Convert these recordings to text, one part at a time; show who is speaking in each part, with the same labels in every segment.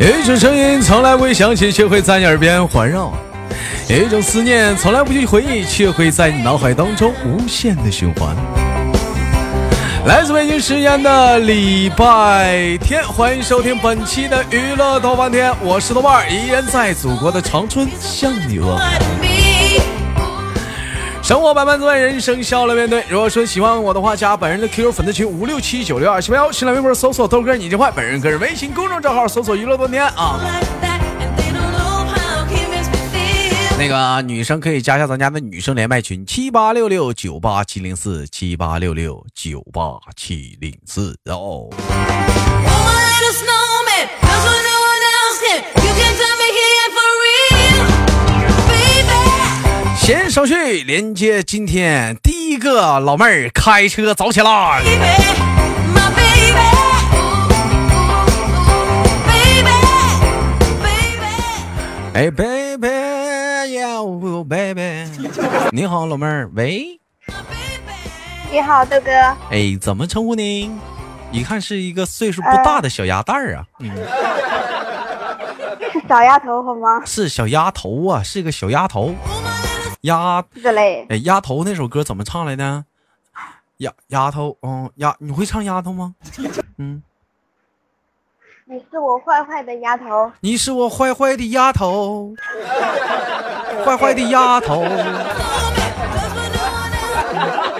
Speaker 1: 一种声音从来不会响起，却会在你耳边环绕；有一种思念从来不去回忆，却会在你脑海当中无限的循环。来自北京时间的礼拜天，欢迎收听本期的娱乐豆瓣天，我是豆瓣儿，依然在祖国的长春向你问好。生活百般滋味，人生笑乐面对。如果说喜欢我的话，加本人的 QQ 粉丝群五六七九六二七八幺，新浪微博搜索豆哥你真坏，本人个人微信公众账号搜索娱乐多天啊。那个女生可以加一下咱家的女生连麦群七八六六九八七零四七八六六九八七零四哦。闲少叙，连接今天第一个老妹儿开车走起来。哎，baby，呀，我 baby，你好，老妹儿，喂，
Speaker 2: 你好，豆哥，
Speaker 1: 哎，怎么称呼您？一看是一个岁数不大的小鸭蛋儿啊，嗯，
Speaker 2: 是小丫头好吗？
Speaker 1: 是小丫头啊，是个小丫头，丫，
Speaker 2: 是的嘞，
Speaker 1: 哎，丫头那首歌怎么唱来的？丫丫头，嗯，丫，你会唱丫头吗？嗯，
Speaker 2: 你是我坏坏的丫头，
Speaker 1: 你是我坏坏的丫头，坏坏的丫头，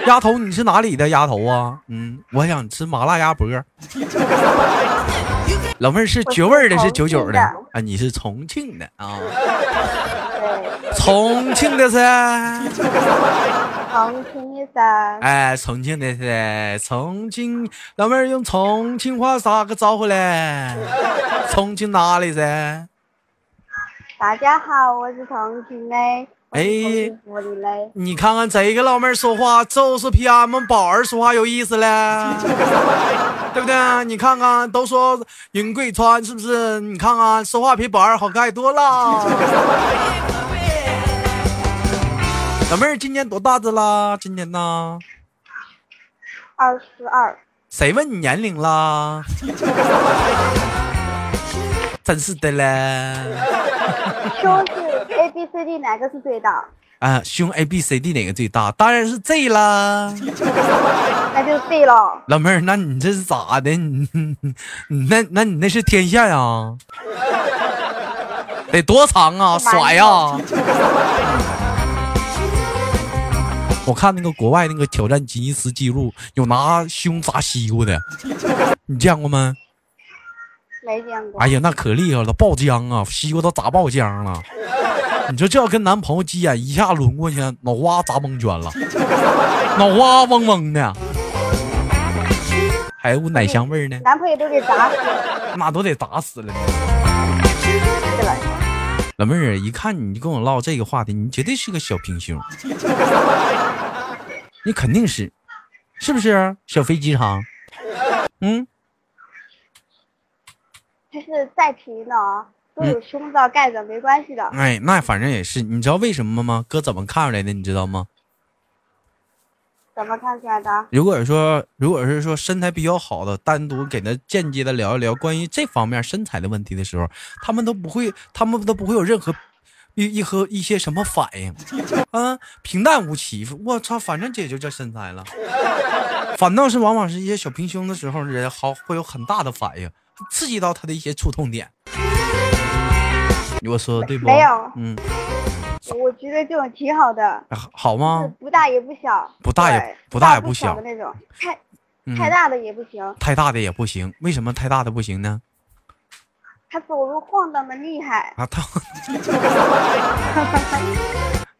Speaker 1: 丫头，你是哪里的丫头啊？嗯，我想吃麻辣鸭脖。老妹儿是绝味儿的，
Speaker 2: 我
Speaker 1: 是
Speaker 2: 是
Speaker 1: 九九
Speaker 2: 重庆
Speaker 1: 的
Speaker 2: 的
Speaker 1: 啊？你是重庆的啊？
Speaker 2: 对，
Speaker 1: 重庆的噻，
Speaker 2: 重庆的，
Speaker 1: 哎，重庆的噻，重庆老妹儿用重庆话咋个招呼嘞？重庆哪里噻？
Speaker 2: 大家好，我是重庆的，我是重庆府里嘞，
Speaker 1: 你看看这个老妹儿说话就是比俺们宝儿说话有意思嘞，对不对？你看看，都说云贵川是不是？你看看说话比宝儿好看多了。老妹儿今年多大的啦？今年呢？
Speaker 2: 二十二，
Speaker 1: 谁问你年龄啦？真是的嘞！
Speaker 2: 胸是 A B C D 哪个是最大？
Speaker 1: 啊，胸 A B C D 哪个最大？当然是 Z 啦。
Speaker 2: 那就是 C 了，
Speaker 1: 老妹儿，那你这是咋的？ 你你那那你那是天线呀、得多长啊？
Speaker 2: 是馒头
Speaker 1: 甩呀、 我看那个国外那个挑战吉尼斯纪录，有拿胸砸西瓜的，你见过吗？
Speaker 2: 没见过
Speaker 1: 哎，呀，那可厉害了，爆浆啊，西瓜都砸爆浆了。你说这要跟男朋友急眼，一下抡过去，脑瓜砸蒙圈了，脑瓜嗡嗡的，还有股奶香味儿呢。
Speaker 2: 男朋友都给砸死了，
Speaker 1: 那都得打死了你。
Speaker 2: 是了，
Speaker 1: 老妹儿，一看你就跟我唠这个话题，你绝对是个小平胸，你肯定是，是不是小飞机场？嗯，
Speaker 2: 就是再皮呢，都有胸罩盖着，没关系的，
Speaker 1: 哎，那反正也是，你知道为什么吗？哥怎么看出来的？你知道吗？
Speaker 2: 怎么看出来的？
Speaker 1: 如果说，如果是说身材比较好的，单独给他间接的聊一聊关于这方面身材的问题的时候，他们都不会，他们都不会有任何一一和一些什么反应， 嗯，平淡无奇。我操，反正姐就这身材了， 反倒是往往是一些小平胸的时候，人好会有很大的反应，刺激到他的一些触痛点。我说的对不？
Speaker 2: 没有
Speaker 1: 嗯，
Speaker 2: 我觉得这种挺好的，
Speaker 1: 啊好吗
Speaker 2: 是？不大也不小，
Speaker 1: 不大也
Speaker 2: 对
Speaker 1: 不
Speaker 2: 不
Speaker 1: 大也不
Speaker 2: 不
Speaker 1: 小
Speaker 2: 的那种，太
Speaker 1: 嗯
Speaker 2: 太大的也不行，
Speaker 1: 太大的也不行，为什么太大的不行呢？
Speaker 2: 他走路晃荡的厉害，
Speaker 1: 啊， 他，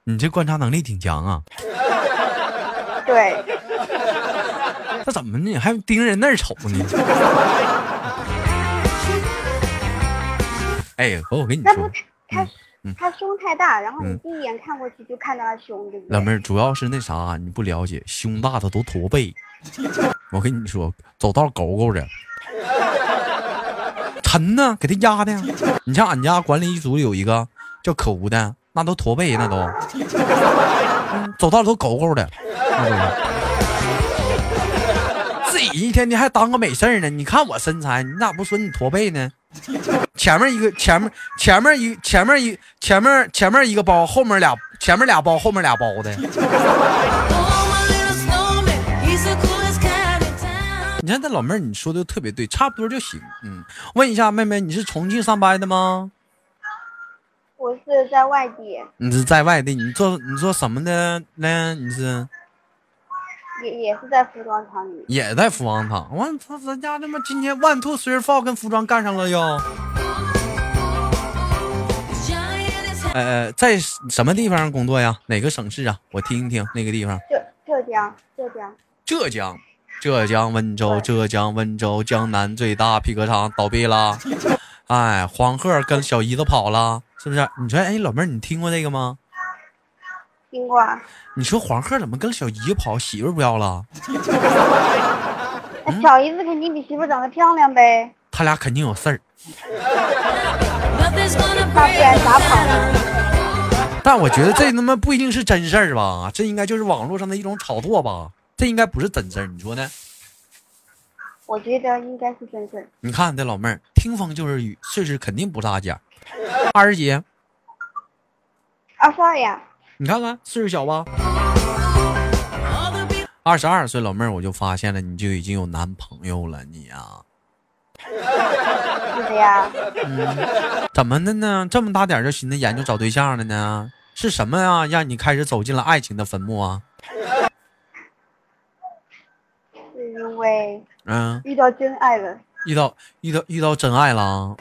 Speaker 1: 你这观察能力挺强啊！
Speaker 2: 对，
Speaker 1: 那怎么呢？还盯人那儿瞅 呢？哎，和我跟你
Speaker 2: 那不
Speaker 1: 说，
Speaker 2: 他他胸太大，然后你
Speaker 1: 嗯
Speaker 2: 第一眼看过去就看到他胸，对不
Speaker 1: 老
Speaker 2: 对？
Speaker 1: 妹儿，主要是那啥，啊你不了解，胸大的都驼背。我跟你说，走道狗狗的，沉呢，给他压的。啊你像俺家管理组有一个叫可吴的，那都驼背，那都，嗯走道都狗狗的，那都是自己一天天还当个美事儿呢。你看我身材，你咋不说你驼背呢？前面一个，前面前面一前面一前面前面一个包，后面俩前面俩包，后面俩包的。你看这老妹儿，你说的特别对，差不多就行。嗯，问一下妹妹，你是重庆上班的吗？
Speaker 2: 我是在外地，
Speaker 1: 你是在外地，你做你做什么的呢？你是
Speaker 2: 也也是在服装厂里。
Speaker 1: 也在服装厂？我操，咱家他妈今天万兔随 fall 跟服装干上了又。呃，在什么地方工作呀？哪个省市啊？我听一听那个地方。
Speaker 2: 浙浙江，浙江，
Speaker 1: 浙江，浙江温州，浙江温州江南最大皮革厂倒闭 了，哎，黄鹤跟小姨子跑了，是不是？你说，哎，老妹儿，你听过这个吗？
Speaker 2: 听过啊。
Speaker 1: 你说黄鹤怎么跟小姨子跑，媳妇儿不要了？嗯
Speaker 2: 那小姨子肯定比媳妇长得漂亮呗，
Speaker 1: 他俩肯定有事儿。
Speaker 2: 那不然咋跑呢？
Speaker 1: 但我觉得这他妈不一定是真事儿吧，这应该就是网络上的一种炒作吧，这应该不是真事儿，你说呢？
Speaker 2: 我觉得应该是真事儿。
Speaker 1: 你看这老妹儿，听风就是雨，岁数肯定不大假。二十姐，
Speaker 2: 二十二呀，
Speaker 1: 你看看岁数小吧？二十二岁老妹儿，我就发现了，你就已经有男朋友了，你啊呀、
Speaker 2: 是的呀，
Speaker 1: 怎么的呢？这么大点儿就寻思研究找对象了呢？是什么啊，让你开始走进了爱情的坟墓啊？
Speaker 2: 是因为
Speaker 1: 嗯，
Speaker 2: 遇到真爱了。
Speaker 1: 遇到遇到遇到真爱了啊，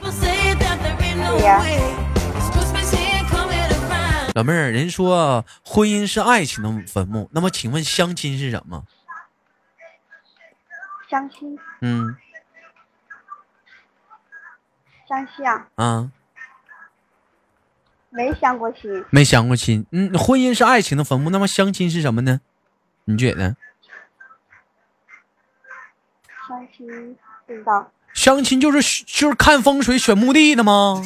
Speaker 1: 老妹儿，人说婚姻是爱情的坟墓，那么请问相亲是什么？
Speaker 2: 相亲，
Speaker 1: 嗯
Speaker 2: 相亲啊，
Speaker 1: 啊，
Speaker 2: 没相过亲，
Speaker 1: 没相过亲。嗯，婚姻是爱情的坟墓，那么相亲是什么呢？你觉得？
Speaker 2: 相亲不知道。
Speaker 1: 相亲就是就是看风水选墓地的吗？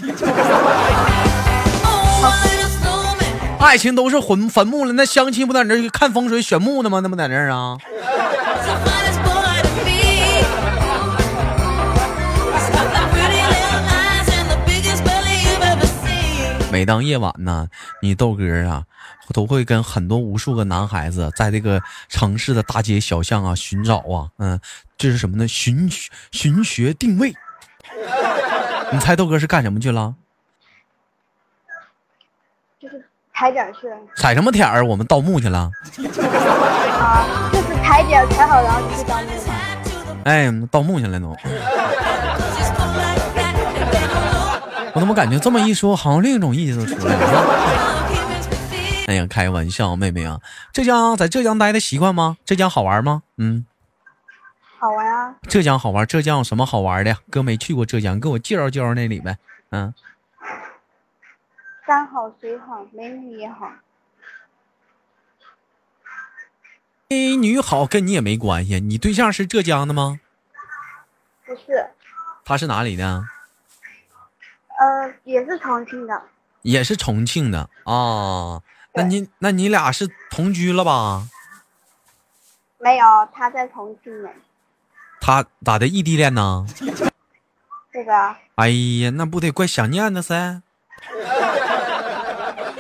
Speaker 1: 爱情都是坟坟墓了，那相亲不在那儿看风水选墓的吗？那不在那儿啊？每当夜晚呢，你豆哥啊，都会跟很多无数个男孩子在这个城市的大街小巷啊寻找啊，嗯，这是什么呢？寻寻学定位。 你猜豆哥是干什么去了？
Speaker 2: 就是踩点儿去了
Speaker 1: 踩什么点儿？我们盗墓去了。
Speaker 2: 啊，就是踩点儿踩好，然后就去当兵嘛。
Speaker 1: 哎，盗墓去了都。我怎么感觉这么一说，好像另一种意思出来了？哎呀，开玩笑，妹妹啊，浙江在浙江待的习惯吗？浙江好玩吗？嗯，
Speaker 2: 好玩啊，
Speaker 1: 浙江好玩，浙江有什么好玩的呀？哥没去过浙江，给我介绍介绍那里呗。嗯，
Speaker 2: 山好水好，美女也好。
Speaker 1: 美哎女好跟你也没关系，你对象是浙江的吗？
Speaker 2: 不是，
Speaker 1: 他是哪里的？
Speaker 2: 呃，也是重庆的，
Speaker 1: 也是重庆的啊、那你那你俩是同居了吧？
Speaker 2: 没有，他在重庆呢。
Speaker 1: 他咋的异地恋呢？
Speaker 2: 这个
Speaker 1: 哎呀，那不得怪想念的噻。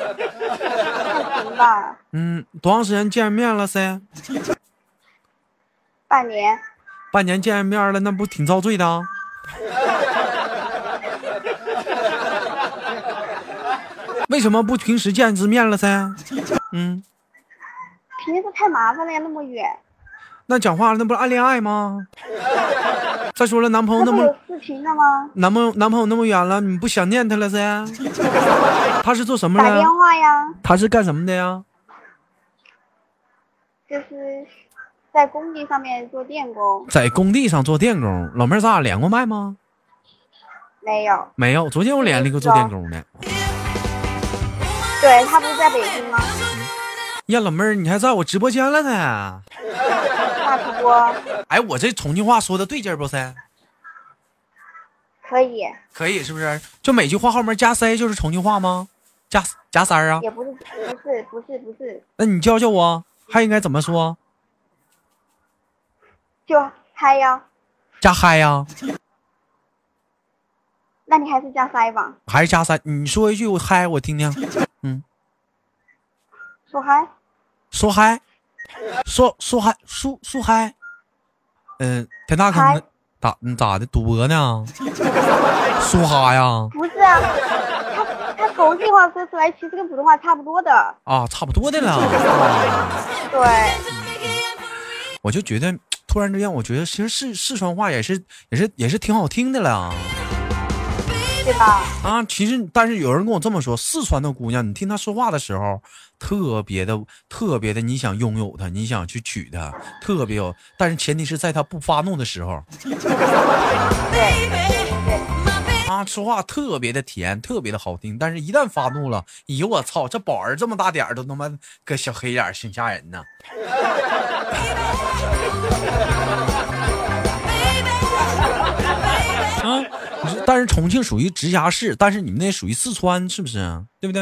Speaker 2: 还行吧，
Speaker 1: 嗯，多长时间见面了噻？
Speaker 2: 半年
Speaker 1: 半年见面了，那不挺遭罪的 啊？为什么不平时见一次面了噻？嗯，
Speaker 2: 平时太麻烦了呀，那么远。
Speaker 1: 那讲话了那不是暗恋爱吗？再说了，男朋友哦那
Speaker 2: 不有
Speaker 1: 么
Speaker 2: 视频的吗？
Speaker 1: 男朋友男朋友那么远了，你不想念他了 噻？他是做什么
Speaker 2: 打
Speaker 1: 的
Speaker 2: 电？话呀，
Speaker 1: 他是干什么的呀？
Speaker 2: 就是在工地上面做电工，
Speaker 1: 在工地上做电工。老妹儿，咱俩连过麦吗？
Speaker 2: 没有。
Speaker 1: 没有，昨天我连了一个做电工的。
Speaker 2: 对他不是在北京吗？
Speaker 1: 呀，老妹儿，你还在我直播间了呢？
Speaker 2: 大主播
Speaker 1: 哎，我这重庆话说的对劲儿不噻？
Speaker 2: 可以，
Speaker 1: 可以是不是？就每句话后面加 C 就是重庆话吗？加加三儿啊？
Speaker 2: 也不是，不是，不是，不是，
Speaker 1: 那你教教我，还应该怎么说？
Speaker 2: 就嗨呀，
Speaker 1: 加嗨呀、
Speaker 2: 那你还是加塞吧。
Speaker 1: 还是加塞？你说一句我嗨，我听听。嗯，
Speaker 2: 说嗨，
Speaker 1: 说嗨，说说嗨，说说嗨。嗯、田大
Speaker 2: 嗨
Speaker 1: 坑咋嗯咋的？赌博呢？ 说哈呀？
Speaker 2: 不是啊， 他他重庆话说出来其实跟普通话差不多的。
Speaker 1: 啊，差不多的了。啊
Speaker 2: 对，
Speaker 1: 我就觉得突然之间，我觉得其实四四川话也是也是也是挺好听的了
Speaker 2: 对吧？
Speaker 1: 啊。其实，但是有人跟我这么说，四川的姑娘，你听她说话的时候，特别的特别的，你想拥有她，你想去娶她，特别有，但是前提是在她不发怒的时候
Speaker 2: 对，
Speaker 1: 啊，说话特别的甜，特别的好听。但是，一旦发怒了，哎呦我操，这宝儿这么大点儿都他妈个小黑脸儿，挺吓人呢。啊，你说但是重庆属于直辖市，但是你们那属于四川，是不是？对不对？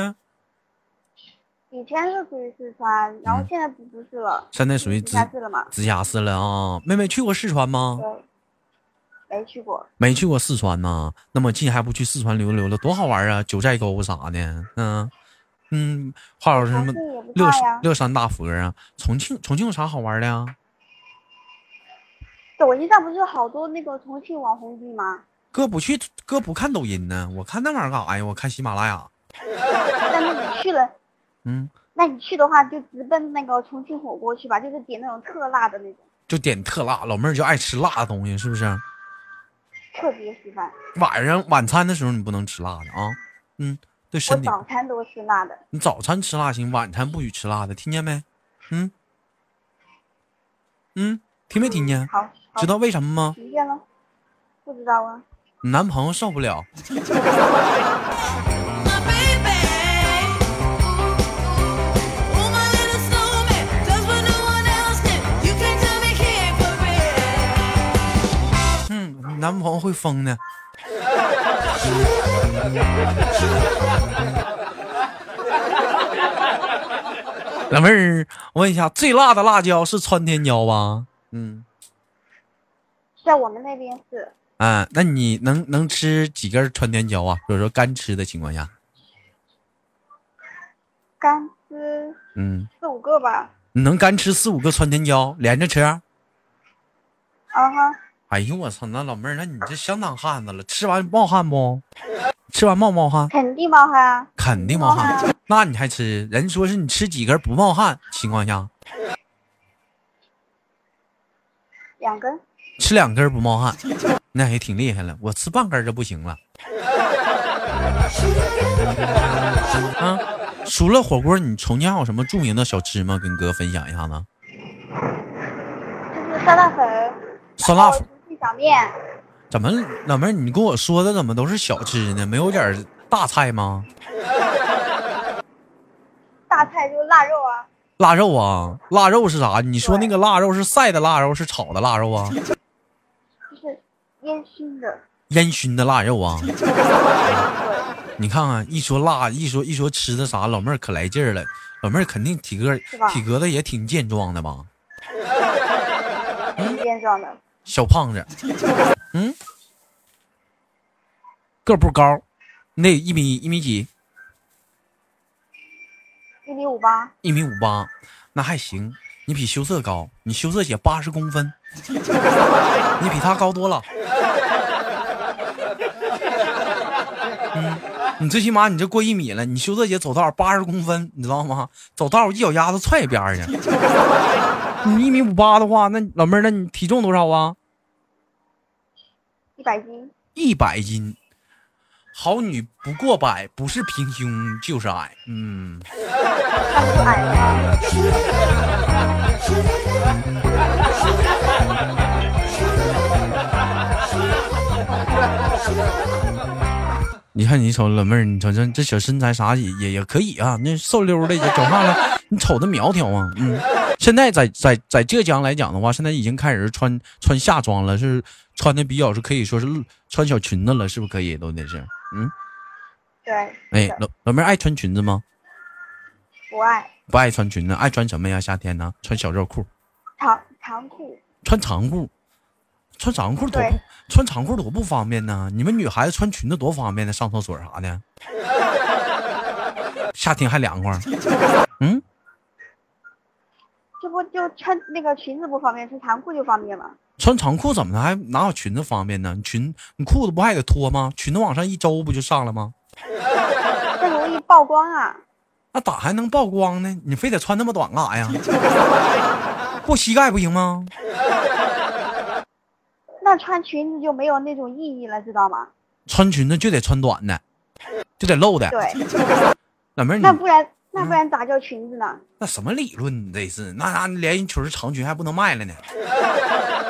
Speaker 2: 以前是属于四川，然后现在不不是了，
Speaker 1: 现在属于
Speaker 2: 直
Speaker 1: 直
Speaker 2: 辖市了嘛？
Speaker 1: 直辖市了啊。妹妹去过四川吗？
Speaker 2: 对，没去过。
Speaker 1: 没去过四川呢，那么近还不去四川溜达溜达，多好玩啊！九寨沟啥的，嗯嗯，还有什么
Speaker 2: 重庆也不
Speaker 1: 乐
Speaker 2: 大呀
Speaker 1: 乐山大佛啊？重庆重庆有啥好玩的呀？
Speaker 2: 抖音上不是好多那个重庆网红剧吗？
Speaker 1: 哥不去，哥不看抖音呢，我看那玩意儿干啥哎呀？我看喜马拉雅，
Speaker 2: 但是你去了，
Speaker 1: 嗯，
Speaker 2: 那你去的话就直奔那个重庆火锅去吧，就是点那种特辣的那种，
Speaker 1: 就点特辣，老妹儿就爱吃辣的东西，是不是？
Speaker 2: 特别喜欢。
Speaker 1: 晚上晚餐的时候你不能吃辣的啊，嗯，对
Speaker 2: 我
Speaker 1: 身体，
Speaker 2: 早餐都吃辣的，
Speaker 1: 你早餐吃辣行，晚餐不许吃辣的，听见没？嗯嗯，听没听见？
Speaker 2: 好，好
Speaker 1: 知道为什么吗？
Speaker 2: 听见了？不知道啊。
Speaker 1: 你男朋友受不了。嗯，你男朋友会疯的。老妹儿，我问一下，最辣的辣椒是川天椒吧？嗯，
Speaker 2: 在我们那边是
Speaker 1: 啊，那你能能吃几根川天椒啊？比如说干吃的情况下，
Speaker 2: 干吃
Speaker 1: 嗯，
Speaker 2: 四五个吧，
Speaker 1: 你能干吃四五个川天椒连着吃？
Speaker 2: 啊哈，
Speaker 1: 哎呦我操，那老妹儿，那你这相当汉子了，吃完冒汗不？吃完冒不冒汗？
Speaker 2: 肯定冒汗啊，
Speaker 1: 肯定冒
Speaker 2: 冒
Speaker 1: 汗
Speaker 2: 汗。
Speaker 1: 那你还吃？人说是你吃几根不冒汗情况下，
Speaker 2: 两根。
Speaker 1: 吃两根不冒汗，那也挺厉害了。我吃半根就不行了。啊，除了火锅，你重庆还有什么著名的小吃吗？跟哥分享一下呢。
Speaker 2: 就是酸辣粉，
Speaker 1: 酸辣粉
Speaker 2: 重庆小面，
Speaker 1: 怎么老妹儿，你跟我说的怎么都是小吃呢？没有点儿大菜吗？
Speaker 2: 大菜就是腊肉啊，
Speaker 1: 腊肉啊，腊肉是啥？你说那
Speaker 2: 对
Speaker 1: 个腊肉是晒的腊肉，是炒的腊肉啊？
Speaker 2: 就是烟熏的，
Speaker 1: 烟熏的腊肉啊？
Speaker 2: 对，
Speaker 1: 你看看，一说辣，一说一说吃的啥，老妹儿可来劲儿了。老妹儿肯定体格
Speaker 2: 吧
Speaker 1: 体格子也挺健壮的吧？
Speaker 2: 是这状的。
Speaker 1: 小胖子，嗯，个不高，你得一米一米几，
Speaker 2: 一米五八，
Speaker 1: 一米五八，那还行。你比羞涩高，你羞涩姐八十公分，你比她高多了。嗯，你最起码你这过一米了，你羞涩姐走道八十公分，你知道吗？走道一脚丫子踹一边儿去。你一米五八的话，那老妹儿，那你体重多少啊？
Speaker 2: 一百斤，
Speaker 1: 一百斤，好女不过百，不是平胸就是矮。嗯，
Speaker 2: 那不就矮了吗？
Speaker 1: 你看你瞅老妹儿，你瞅这这小身材啥也也也可以啊，那瘦溜的也整上 了，你瞅着苗条啊。嗯，现在在在在浙江来讲的话，现在已经开始穿穿夏装了，是穿的比较是可以说是穿小裙子了，是不是可以都得是？嗯，
Speaker 2: 对，
Speaker 1: 哎
Speaker 2: 是的，
Speaker 1: 老老妹儿爱穿裙子吗？
Speaker 2: 不爱
Speaker 1: 不爱穿裙子，爱穿什么呀？夏天呢，穿小热裤，
Speaker 2: 长长裤，
Speaker 1: 穿长裤，穿长裤多
Speaker 2: 对
Speaker 1: 不穿长裤多不方便呢？你们女孩子穿裙子多方便呢，上厕所啥的，夏天还凉快。嗯，
Speaker 2: 这不就穿那个裙子不方便，穿长裤就方便吗？
Speaker 1: 穿长裤怎么的还哪有裙子方便呢？你裙你裤子不还得脱吗？裙子往上一周不就上了吗？
Speaker 2: 这容易曝光啊！
Speaker 1: 那咋还能曝光呢？你非得穿那么短干啥呀？过膝盖不行吗？
Speaker 2: 那穿裙子就没有那种意义了，知道吗？
Speaker 1: 穿裙子就得穿短的，就得露的。
Speaker 2: 对，
Speaker 1: 老妹儿，你
Speaker 2: 那不然那不然咋叫裙子呢？
Speaker 1: 那什么理论？你这是那那连衣裙儿长裙还不能卖了呢？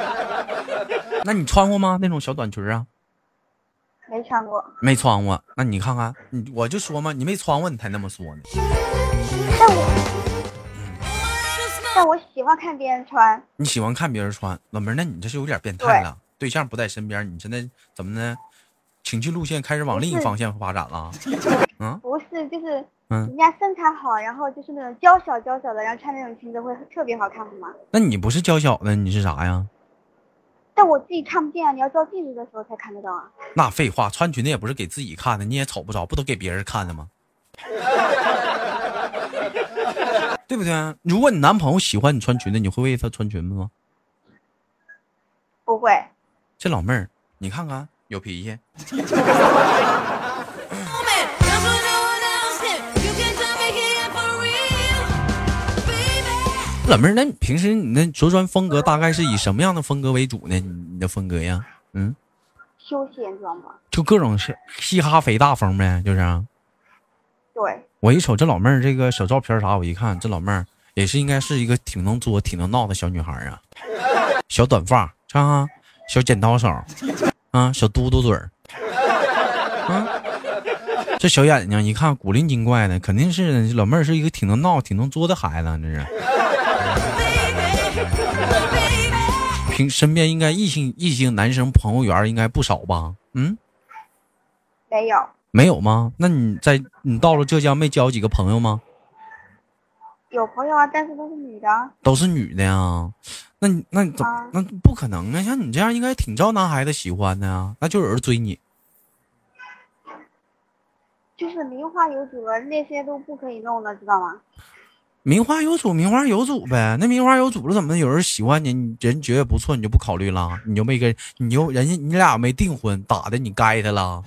Speaker 1: 那你穿过吗？那种小短裙儿啊？
Speaker 2: 没穿过，
Speaker 1: 没穿过。那你看看，你我就说嘛，你没穿过你才那么说呢。
Speaker 2: 但我但我喜欢看别人穿，
Speaker 1: 你喜欢看别人穿，老妹儿，那你这是有点变态了。对象不在身边，你现在怎么呢？情趣路线开始往另一方向发展 了。啊
Speaker 2: 不是就是
Speaker 1: 嗯
Speaker 2: 人家身材好，然后就是那种娇小娇小的，然后穿那种裙子会特别好看，好吗？
Speaker 1: 那你不是娇小的，你是啥呀？
Speaker 2: 但我自己看不见啊，你要照镜子的时候才看得到啊。
Speaker 1: 那废话，穿裙子也不是给自己看的，你也瞅不着，不都给别人看的吗？ 对不对？如果你男朋友喜欢你穿裙子，你会为他穿裙子吗？
Speaker 2: 不会，
Speaker 1: 这老妹儿，你看看有脾气。老妹儿，那你平时你那着装风格大概是以什么样的风格为主呢？你你的风格呀，嗯，
Speaker 2: 休闲装嘛。
Speaker 1: 就各种是嘻哈肥大风呗，就是啊、
Speaker 2: 对，
Speaker 1: 我一瞅这老妹儿这个小照片啥，我一看这老妹儿也是应该是一个挺能作、挺能闹的小女孩儿啊，小短发，看啊，小剪刀手，啊，小嘟嘟嘴儿，啊，这小眼睛一看古灵精怪的，肯定是老妹儿是一个挺能闹、挺能作的孩子，这是。平身边应该异性异性男生朋友缘儿应该不少吧？嗯，
Speaker 2: 没有，
Speaker 1: 没有吗？那你在你到了浙江没交几个朋友吗？
Speaker 2: 有朋友啊，但是都是女的啊。
Speaker 1: 都是女的呀，那你那你怎么
Speaker 2: 啊
Speaker 1: 那不可能啊？像你这样应该挺招男孩子喜欢的啊，那就有人追你。
Speaker 2: 就是名花有主了，那些都不可以弄的，知道吗？
Speaker 1: 名花有主，名花有主呗。那名花有主了，怎么有人喜欢你？你人觉得不错，你就不考虑了？你就没跟，你就人家你俩没订婚，咋的？你该他了？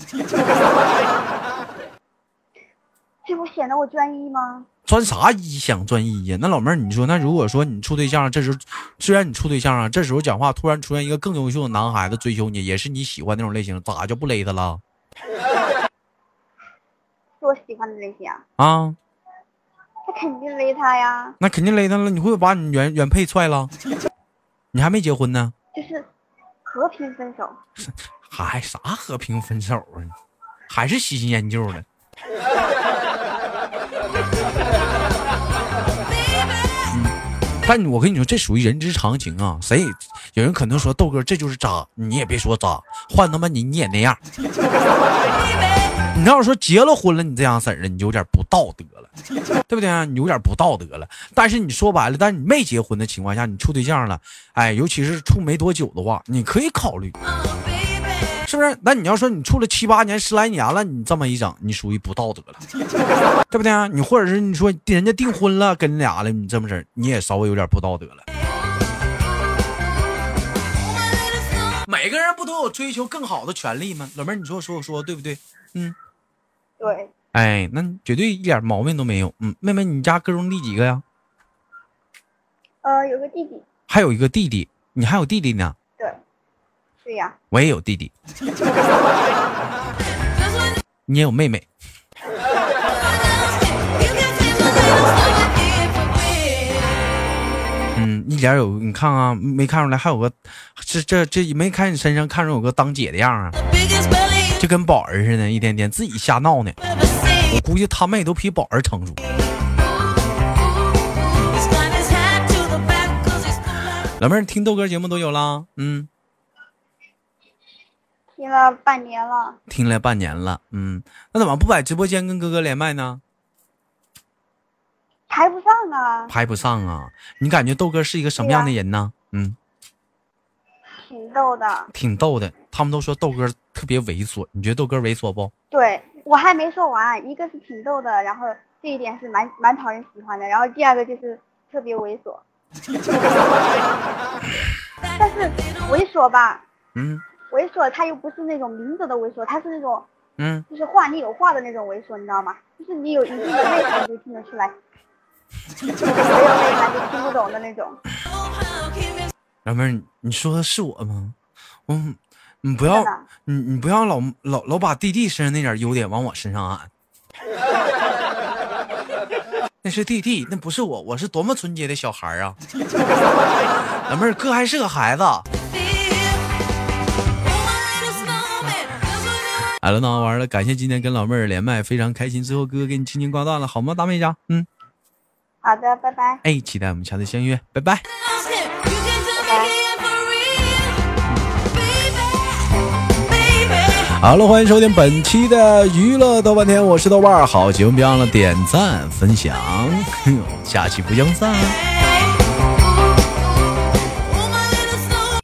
Speaker 2: 这不显得我专一吗？
Speaker 1: 穿啥衣想专一呀？那老妹儿，你说那如果说你处对象，这时候虽然你处对象啊，这时候讲话突然出现一个更优秀的男孩子追求你，也是你喜欢那种类型，咋就不勒他了
Speaker 2: 是我喜欢的类型啊，
Speaker 1: 啊？
Speaker 2: 那肯定勒他呀。
Speaker 1: 那肯定勒他了，你会不会把你原原配踹了？你还没结婚呢，
Speaker 2: 就是和平分手，
Speaker 1: 还啥和平分手啊？还是喜新厌旧的。但我跟你说，这属于人之常情啊。谁也有人可能说豆哥这就是渣，你也别说渣，换他妈你你也那样。你要是说结了婚了，你这样式儿的，你就有点不道德了。对不对啊？你有点不道德了。但是你说白了，但是你没结婚的情况下，你处对象了，哎，尤其是处没多久的话，你可以考虑，是不是？那你要说你处了七八年、十来年了，你这么一整，你属于不道德了， 对不对啊？你或者是你说人家订婚了，跟俩了，你这么整，你也稍微有点不道德了。每个人不都有追求更好的权利吗？老妹儿，你说说我说对不对？嗯，
Speaker 2: 对，
Speaker 1: 哎，那绝对一点毛病都没有。嗯，妹妹，你家哥兄弟几个呀？
Speaker 2: 呃，有个弟弟，
Speaker 1: 还有一个弟弟，你还有弟弟呢，
Speaker 2: 对，对呀、
Speaker 1: 我也有弟弟，你也有妹妹。嗯，一点有，你看啊，没看出来还有个，这这这没看你身上看着有个当姐的样啊，就跟宝儿似的，一天天自己瞎闹呢。我估计他妹都比宝儿成熟。老妹儿听豆哥节目都有啦，嗯，
Speaker 2: 听了半年了，
Speaker 1: 听了半年了，嗯，那怎么不在直播间跟哥哥连麦呢？
Speaker 2: 排不上啊，
Speaker 1: 排不上啊！你感觉豆哥是一个什么样的人呢？嗯，
Speaker 2: 挺逗的。
Speaker 1: 挺逗的。他们都说豆哥特别猥琐，你觉得豆哥猥琐不？
Speaker 2: 对我还没说完，一个是挺逗的，然后这一点是蛮蛮讨人喜欢的，然后第二个就是特别猥琐。但是猥琐吧，
Speaker 1: 嗯
Speaker 2: 猥琐他又不是那种明着的猥琐，他是那种
Speaker 1: 嗯，
Speaker 2: 就是话里有话的那种猥琐，你知道吗？就是你有你有内涵你就听得出来， 没有内涵就听不懂的那种。
Speaker 1: 老妹儿，你你说的是我吗？我，你不要
Speaker 2: 真的，
Speaker 1: 你你不要老老老把弟弟身上那点优点往我身上按。那是弟弟，那不是我，我是多么纯洁的小孩儿啊！老妹儿，哥还是个孩子。好了，那完了，感谢今天跟老妹儿连麦，非常开心。最后哥哥给你轻轻挂断了，好吗，大妹家？嗯，
Speaker 2: 好的，拜拜。
Speaker 1: 哎，期待我们下次相约，拜拜。好了，欢迎收听本期的娱乐豆瓣天，我是豆瓣儿，好节目别忘了点赞分享，下期不见不散。
Speaker 3: Baby